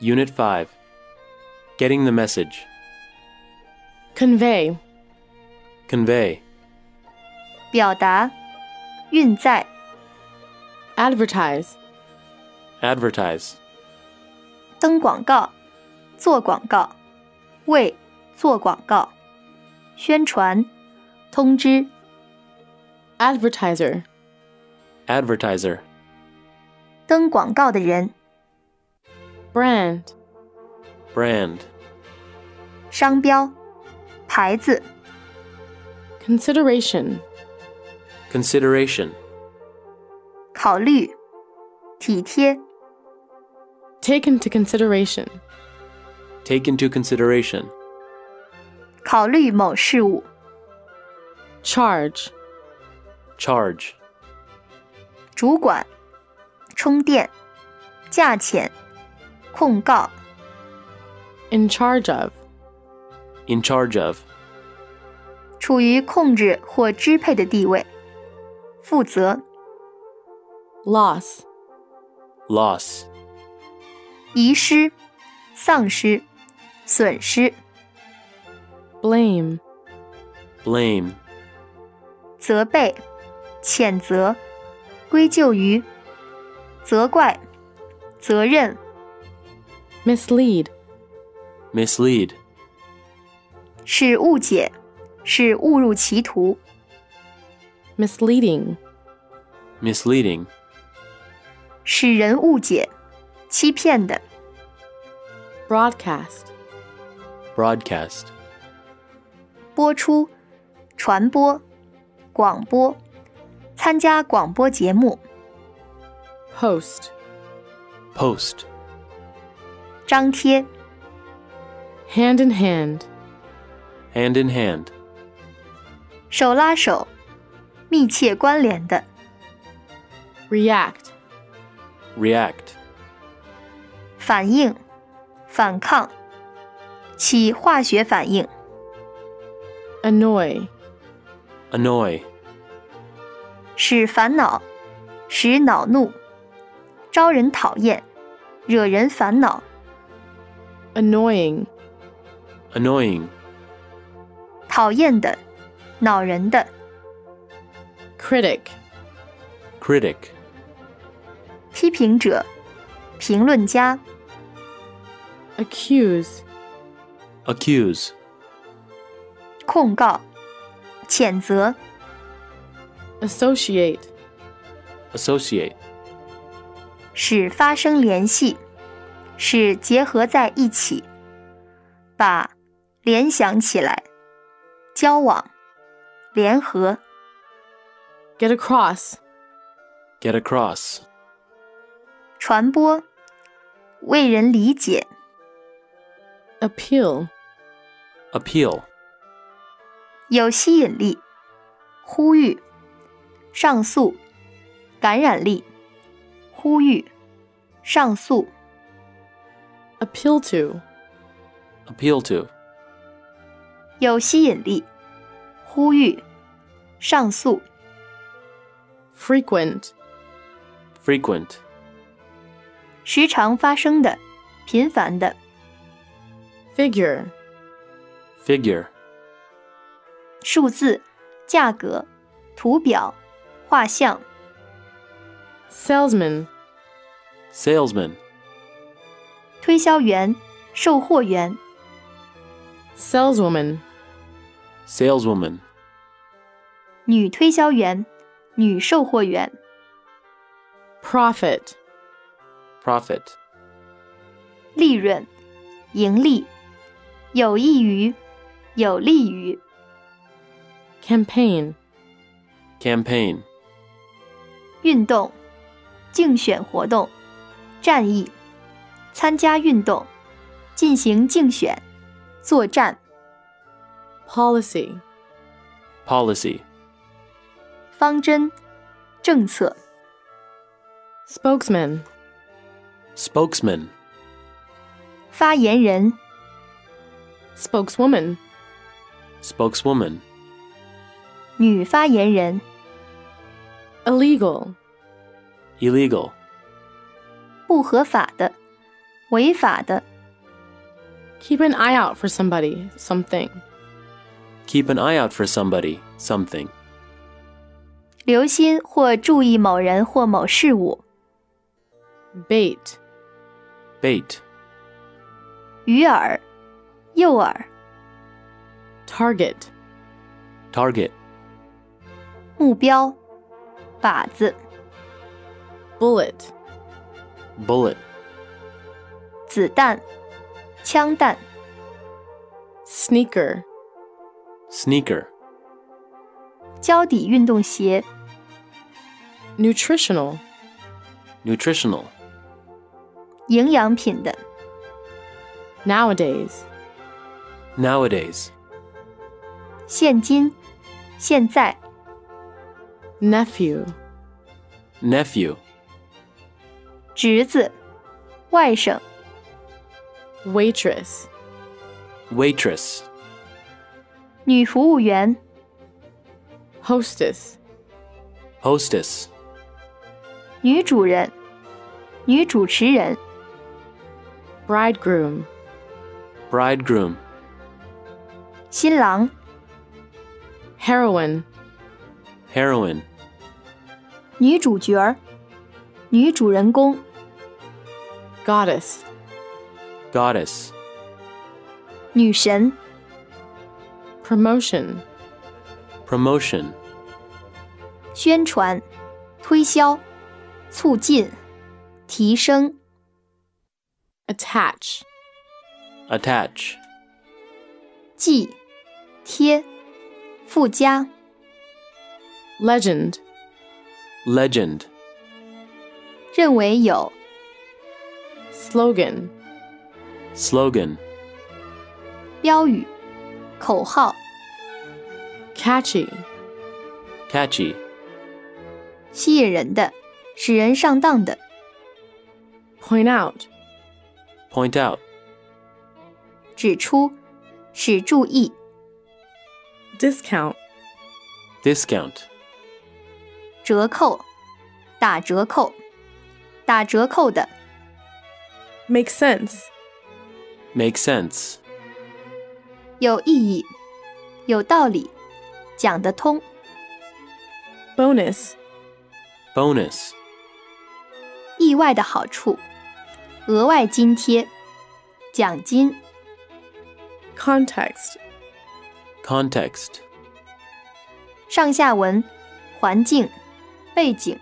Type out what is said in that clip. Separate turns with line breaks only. Unit 5 Getting the Message
convey,
Convey
表达、运载、
advertise,
Advertise
登广告、做广告、为做广告、宣传、通知、
advertiser,
Advertiser
登广告的人、
brand,
Brand
商标、牌子、
consideration,
Consideration
考虑、体贴、
take into consideration,
Take into consideration
考虑某事物、
charge,
Charge
主管、充电、价钱、控告、
in charge of,
In charge of
处于控制或支配的地位、负责、
loss,
Loss
遗失、丧失、损失、
blame,
Blame
责备、谴责、归咎于、责怪、责任、
mislead,
Mislead
使误解、使误入歧途、
misleading,
Misleading
使人误解、欺骗的、
broadcast,
Broadcast
播出、传播、广播、参加广播节目、
post,
Post
张贴、
hand in hand,
Hand in hand
手拉手、密切关联的、
react,
React
反应、反抗、起化学反应、
annoy,
Annoy
使烦恼，使恼怒，招人讨厌，惹人烦恼，
annoying,
Annoying
讨厌的，恼人的，
critic,
Critic
批评者，评论家，
accuse,
Accuse
控告，谴责，
associate,
Associate
使发生联系，使结合在一起，把联想起来，交往，联合，
get across,
Get across
传播，为人理解，
appeal,
Appeal
有吸引力，呼吁，上诉，感染力，呼吁，上诉，
appeal to,
Appeal to
有吸引力，呼吁，上诉，
frequent,
Frequent
时常发生的，频繁的，
figure,
Figure
数字、价格、图表、画像、
salesman,
Salesman
推销员、售货员、
saleswoman,
Saleswoman
女推销员、女售货员、
profit,
Profit
利润、盈利、有益于、有利于、
campaign,
Campaign
运动、竞选活动、战役、参加运动、进行竞选、作战、
policy,
Policy
方针、政策、
spokesman,
Spokesman
发言人、
spokeswoman,
Spokeswoman
女发言人、
illegal,
Illegal
不合法的、违法的，
Keep an eye out for somebody, something.
Keep an eye out for somebody, something.
留心或注意某人或某事物。
Bait.
Bait.
鱼饵、诱饵、
Target.
Target.
目标、靶子、
Bullet.
Bullet.
子弹、枪弹、
Sneaker.
Sneaker.
胶底运动鞋、
Nutritional.
Nutritional.
营养品的。
Nowadays.
Nowadays.
现今、现在、
Nephew.
Nephew.
侄子、外甥、
Waitress.
Waitress.
女服务员、
Hostess.
Hostess.
女主人、女主持人、
Bridegroom.
Bridegroom.
新郎、
Heroine.
Heroine.
女主角儿、女主人公、
Goddess.
Goddess.
女神、
Promotion.
Promotion.
宣传、推销、促进、提升、
Attach.
Attach.
记、贴、附加、
Legend.
Legend.
认为有、
Slogan.
Slogan.
标语、口号、
Catchy.
Catchy.
吸引人的、使人上当的、
Point out.
Point out.
指出、使注意、
Discount.
Discount.
折扣、打折扣、打折扣的、
Make sense.
Make sense.
有意义、有道理、讲得通、
Bonus.
Bonus.
意外的好处、额外津贴、奖金。
Context.
Context.
上下文、环境、背景。